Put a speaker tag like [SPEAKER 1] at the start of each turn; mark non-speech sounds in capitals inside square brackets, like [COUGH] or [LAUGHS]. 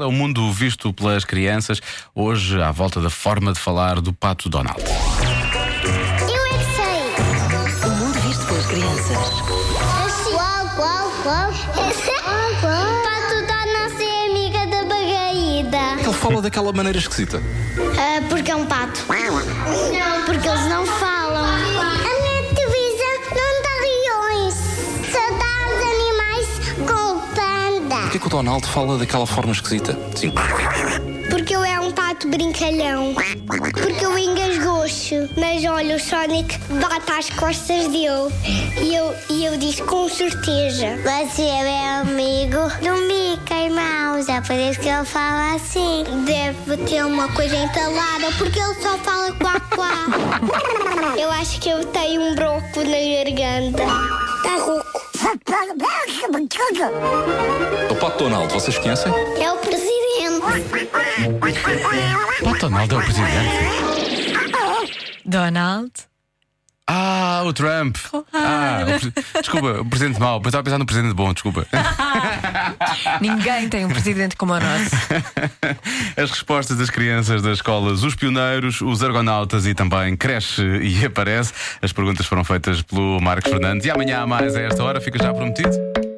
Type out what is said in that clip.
[SPEAKER 1] o mundo visto pelas crianças, hoje à volta da forma de falar do Pato Donald.
[SPEAKER 2] Eu é que sei! Assim.
[SPEAKER 3] O mundo visto pelas crianças.
[SPEAKER 2] Qual, qual, [LAUGHS] qual? Pato Donald é amiga da Margarida.
[SPEAKER 4] Ele fala daquela maneira esquisita.
[SPEAKER 2] porque é um pato. Não, porque eles não falam. A minha televisão não dá leões. Só dá os animais com panda.
[SPEAKER 4] Porquê que o Donald fala daquela forma esquisita? Sim.
[SPEAKER 2] Porque eu é um pato brincalhão. Porque eu engasgou-se. Mas olha, o Sonic bate às costas dele. E eu, e eu disse com certeza. Você é amigo do Mickey Mouse. É por isso que ele fala assim. Deve ter uma coisa entalada, porque ele só fala quá quá. eu acho que eu tenho um broco na garganta. Tá rouco.
[SPEAKER 4] é O Pato Donald, vocês conhecem?
[SPEAKER 2] É o presidente.
[SPEAKER 1] Pato Donald é o presidente.
[SPEAKER 5] Donald.
[SPEAKER 1] Ah, o Trump. Ah, o pre- desculpa, o presidente mau. Eu estava a pensar no presidente bom, desculpa.
[SPEAKER 5] Ninguém tem um presidente como o nosso.
[SPEAKER 1] As respostas das crianças das escolas, os pioneiros, os argonautas e também cresce e aparece. As perguntas foram feitas pelo Marcos Fernandes. E amanhã, mais a esta hora, fica já prometido.